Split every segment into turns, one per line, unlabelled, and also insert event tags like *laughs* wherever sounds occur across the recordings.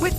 With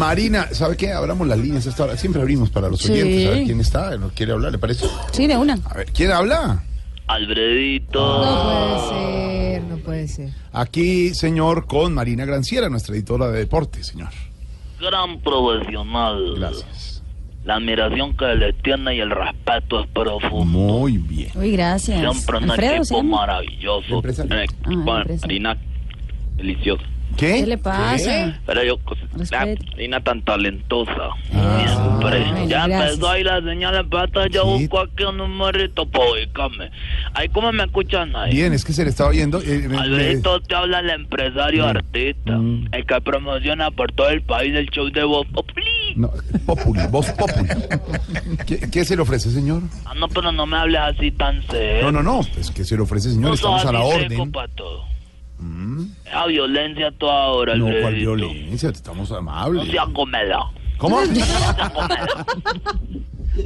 Marina, ¿sabe qué? Abramos las líneas hasta ahora. Siempre abrimos para los
Sí.
oyentes. A ver quién está, no quiere hablar, ¿le parece?
Sí, de una.
A ver, ¿quién habla? Ah.
Alfredito.
No puede ser, no puede ser.
Aquí, señor, con Marina Granciera, nuestra editora de deporte, señor.
Gran profesional.
Gracias.
La admiración que le tiene y el respeto es profundo.
Muy bien.
Uy, gracias.
Siempre un
Alfredo, ¿se
equipo
llama?
maravilloso.
Empresario.
Un equipo
Ah,
de
empresario.
harina deliciosa.
¿Qué?
¿Qué le pasa?
Pero yo, pues, la
Respeto.
harina tan talentosa.
Ah.
Siempre.
Bueno,
ya
gracias.
empezó ahí la señal de plata. Yo
Sí.
busco aquí un numerito para ubicarme. Ahí, ¿cómo me escuchan ahí?
Bien, es que se le estaba oyendo. eh, me-
Alberto, te habla el empresario artista,
Mm.
el que promociona por todo el país el show de voz populi.
me- no, Populi, voz Populi. ¿Qué, qué se le ofrece, señor?
Ah, no, pero no me hables así tan serio.
No, no, no. Pues que se le ofrece, señor.
No
Estamos
sos
a la
así seco
orden. Mm.
pa' todo. La violencia a toda hora,
No, cual
Alfredito.
violencia. Estamos
No
amables.
seas gomela. *laughs*
¿Cómo?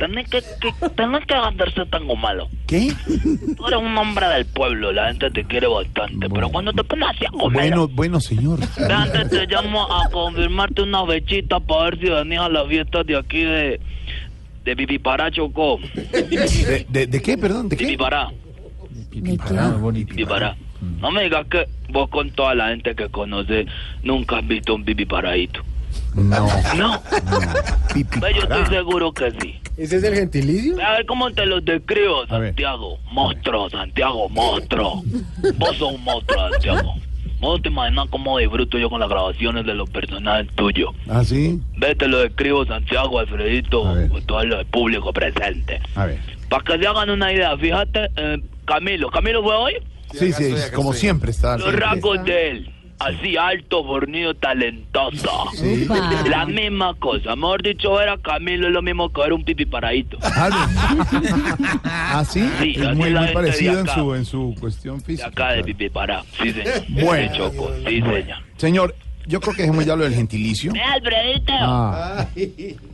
Tenés que, que, tenés que andarse tan gomelo.
¿Qué?
Tú eres un hombre del pueblo, la gente te quiere bastante. Pero cuando te pones así a
Bueno,
gomelo...
bueno, señor.
Antes te llamo a confirmarte una bechita para ver si venís a las fiestas de aquí de... De Pipipará, Chocó.
¿De, de, de qué, perdón? ¿De qué?
Pipipará,
¿De qué?
Pipipará. No me digas que vos con toda la gente que conoces nunca has visto un pipiparaíto.
No.
No.
Pipi
Ve, Yo
pará.
estoy seguro que sí.
*laughs* ¿Ese es el gentilicio?
Ve A ver cómo te lo describo,
A ver.
Santiago. Monstruo, Santiago, monstruo. Vos sos un monstruo, Santiago. Vos te imaginas cómo disfruto yo con las grabaciones de los personajes tuyos.
¿Ah, sí?
Ve, te lo describo, Santiago, Alfredito,
A ver.
con todo el público presente.
A ver.
Para que se hagan una idea, fíjate, eh, Camilo. ¿Camilo fue hoy?
Sí, sí, como siempre está.
Los rasgos de él. Así alto, fornido, talentoso.
Upa.
La misma cosa. Mejor dicho, era Camilo, es lo mismo que era un pipi paradito. *laughs*
Ah, sí,
Sí,
es
así
muy,
la
muy
gente
parecido
de
en
acá.
su, en su cuestión
De
física.
acá de
claro.
Pipipará. Sí, señor.
Bueno.
Sí, Choco. Sí, señor.
Señor, yo creo que dejemos ya lo del gentilicio.
Eh, Alfredito.
Ah,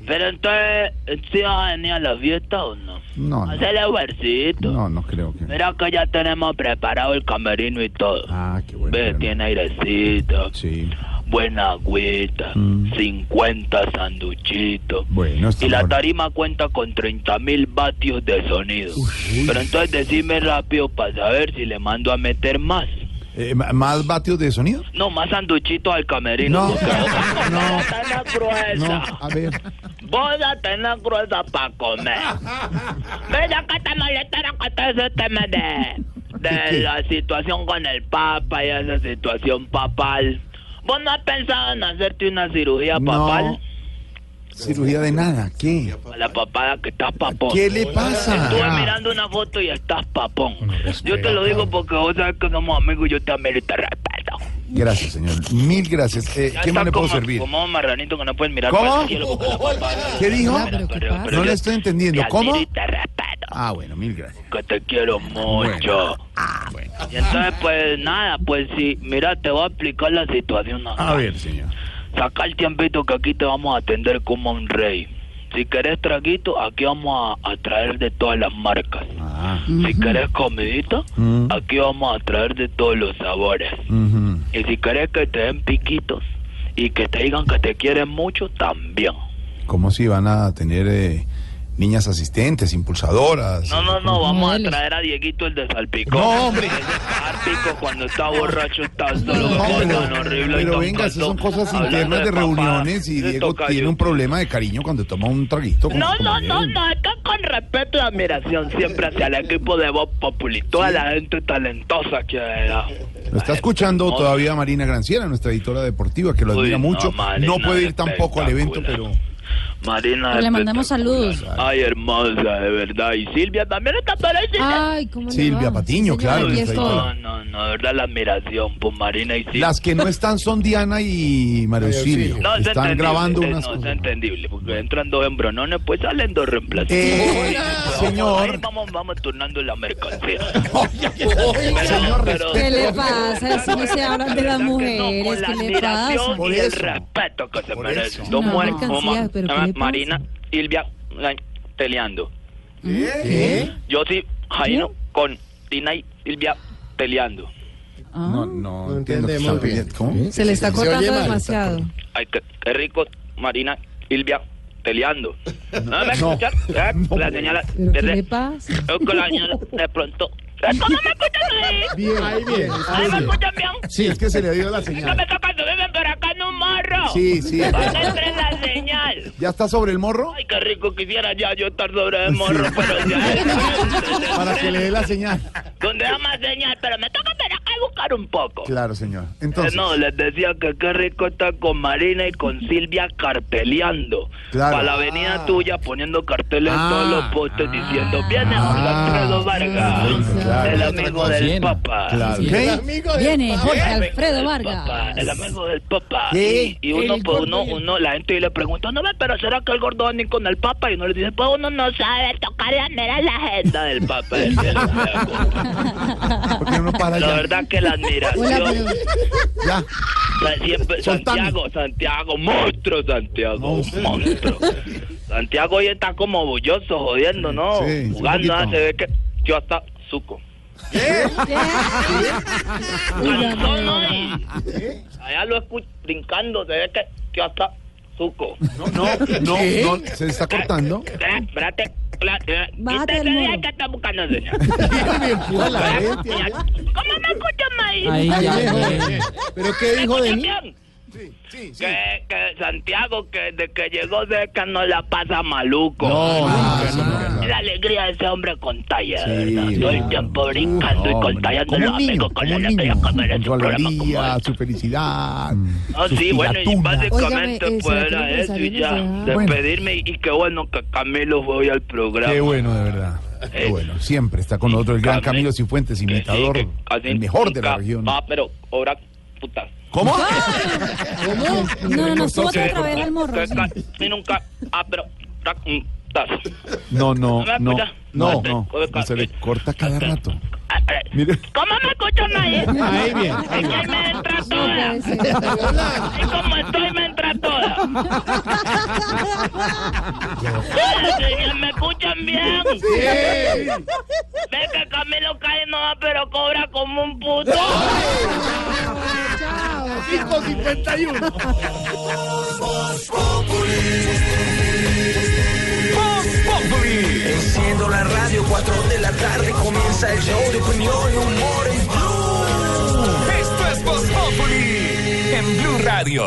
Pero entonces, ¿sí vas a venir a la fiesta o no?
no, no,
Hacer el huercito.
no, no creo que.
Mira que ya tenemos preparado el camerino y todo.
Ah, qué bueno.
Ve,
pero no.
tiene airecito,
Sí. Mm.
buena agüita, 50 sanduchitos.
Bueno, está
Y la
bueno.
tarima cuenta con 30 mil vatios de sonido. Pero entonces decime rápido para saber si le mando a meter más.
Eh, ma- ¿Más vatios de sonido?
No, más sanduchitos al camerino.
No.
porque
*laughs*
vos-
No. No,
Vos estás en la cruesa.
a ver.
Vos estás en la cruesa para
*laughs*
comer. Mira que te molestaron con todo ese tema de, de la situación con el papa y esa situación papal. ¿Vos no has pensado en hacerte una cirugía papal?
No. Cirugía de nada, ¿qué?
A La papada que estás papón.
¿Qué le pasa?
Estuve mirando una foto y estás papón. Yo te lo digo porque vos sabes que somos amigos y yo también te respeto.
Gracias, señor. Mil gracias. Eh,
Ya
¿Qué
está
más le puedo
como-
servir?
Como un marranito que no puedes mirar
¿Cómo?
para el cielo porque la papada-
¿Qué dijo?
Ah, pero ¿qué pasa?
No
yo
le estoy entendiendo.
te
¿Cómo?
admiro y te respeto,
Ah, bueno, mil gracias.
que te quiero mucho.
Bueno.
Y entonces, pues nada, pues sí, mira, te voy a explicar la situación. acá.
A ver, señor.
Saca el tiempito que aquí te vamos a atender como un rey. Si querés traguito, aquí vamos a, a traer de todas las marcas.
Ah.
Si querés comidita,
Mm.
aquí vamos a traer de todos los sabores.
ujú.
Y si querés que te den piquitos y que te digan que te quieren mucho, también.
¿Cómo si van a tener eh, niñas asistentes, impulsadoras?
No, no, no, vamos a
Modelos.
traer a Dieguito el de Salpicón.
No, hombre.
Salpicón cuando está borracho está solo.
No,
con
pero-
tan horrible y
pero
tan
venga, esas son
falso.
cosas
Hablando
internas de,
papá,
reuniones y
le
Diego
toca a
tiene un
Dios.
problema de cariño cuando toma un traguito. con
No,
su
no,
compañero.
no, no, es que con respeto y admiración siempre hacia el equipo de Voz Populi, toda la gente talentosa que era.
Lo está escuchando todavía Marina Granciera, nuestra editora deportiva, que lo
Uy,
admira
no,
mucho.
Marina,
No puede ir tampoco al evento, pero
espectacular. Marina.
Pues Le mandamos
espectacular.
saludos.
Ay, hermosa, de verdad. Y Silvia también está parecida.
Ay, ¿cómo le
Silvia
va?
Patiño,
Sí, señor,
claro,
Aquí
nuestra
estoy.
editora.
No, no, no, de verdad la admiración por Marina y Silvia.
Las que no están son Diana y Mario Auxilio.
No, es
Están
entendible,
grabando
es-
unas
no, es
cosas.
entendible, porque entran dos embronones, pues salen dos reemplazos.
Eh,
Vamos, ahí *laughs*
señor,
vamos, vamos turnando la
*laughs*
mercancía.
señor,
Pero-
¿Qué le pasa? Si no se hablan de las
¿Verdad que no?
mujeres,
Con la
¿qué le pasa?
admiración
Por
y el
eso.
respeto que se
Por
merecen.
eso.
Dos
No,
mujeres
no,
como Ma-
Canciller, ¿pero qué
Ma-
le pasa?
Marina, Silvia, ay, peleando.
¿Eh?
Yo sí, Jaino, con Dina y Silvia peleando.
Ah,
no, no, entiendo. que
entendemos
están
bien.
pidiendo- ¿Cómo?
se le está
Se oye
cortando
mal.
demasiado.
Ay, qué, qué rico, Marina, Silvia
*laughs*
peleando. ¿No me
No.
escuchan? ¿Eh? La señora,
¿Pero qué
desde-
le pasa?
Creo que la señora de pronto. ¿Eh, *laughs* ¿Cómo me escuchan ahí?
Bien, ahí bien.
¿Ahí me escuchan bien?
Sí, es que se le dio
*laughs*
la
Es que me
señal.
toca subirme por acá en un morro.
Sí, sí.
¿Dónde entra la señal?
¿Ya está sobre el morro?
Ay, qué rico quisiera ya yo estar sobre el morro,
*laughs*
pero ya.
Para que le dé la señal.
Donde da más señal, pero me toca para acá y buscar un poco.
Claro, señor.
Eh,
Entonces,
No, les decía que qué rico estar con Marina y con Silvia carteleando.
Claro.
Para la avenida tuya poniendo carteles
Ah.
en todos los postes diciendo, viene Alfredo Vargas,
claro.
el amigo del Papa.
claro. ¿Qué?
Viene Jorge
El
Alfredo
del
Vargas.
Papa, El amigo del Papa.
¿Qué?
Y, y uno
El
por
gordo
uno,
del-
uno, la gente le pregunta, no, ve, pero ¿será que el gordo va ni con el Papa? Y uno le dice, pues uno no sabe tocar la mera la agenda del Papa.
*laughs* ¿Por qué no para
La
ya?
verdad que la
Hola,
admiración.
pero
Ya.
La siempre-
Soltame.
Santiago, Santiago, monstruo, Santiago,
Monstruo.
monstruo. Santiago hoy está como bulloso, jodiendo, ¿no?
Sí, sí,
Jugando,
un
ah,
poquito.
se ve que yo hasta suco. Calzón hoy. Allá lo escucho brincando, se ve que yo hasta suco.
No, no, no, no, se está
*laughs*
cortando.
Eh, Espérate, la- eh,
Bájate
quítate
del
de
muro.
ahí que está buscando señal.
*laughs*
*laughs* Empuja la red, tío.
Mira, ¿Cómo me escuchan, maíz?
¿Pero qué dijo de mí?
bien? Que, que Santiago, que desde que llegó cerca no la pasa maluco.
Ah, sí, no, no.
La alegría de ese hombre con talla, de
Sí,
¿verdad? Todo el tiempo brincando y
Hombre,
con talla
como un niño,
con
como un
la
niño,
alegría cuando era
con
su
su
programa como
alegría,
este.
su felicidad.
Ah,
su
sí, bueno, y
giratuna.
básicamente
Óigame, eh,
pues
¿será que
era
los
eso y ya.
empresarios ya-
Despedirme y, y qué bueno que Camilo fue hoy al programa.
Qué bueno, de verdad. Qué
Eh,
bueno. Siempre está con nosotros el gran
Carmen,
Camilo Cifuentes,
que sí,
imitador,
que casi
el mejor de la
nunca-
región.
Ah, pero ahora, puta.
¿Cómo?
No, no, no, súbete
Que-
otra vez al morro.
que
sí.
casi nunca. Ah, pero. ta- mm, tas.
No, no,
¿Me
no,
escucha?
no,
Espérate,
no,
oiga,
no, se le
eh,
Ah, corta cada
espérate.
rato.
Ah, eh,
Mire.
¿Cómo me escuchan ahí?
Ahí bien, ahí
Ahí me entra
No
toda.
puede ser.
Así como estoy, me entra
*laughs*
toda. Oye, señor, ¿Me escuchan bien? Ve que Camilo cae no va, pero cobra como un puto.
551.
Enciendo la radio, 4 de la tarde comienza el show de opinión y humor en Blue. Esto es Voz Populi en Blue Radio.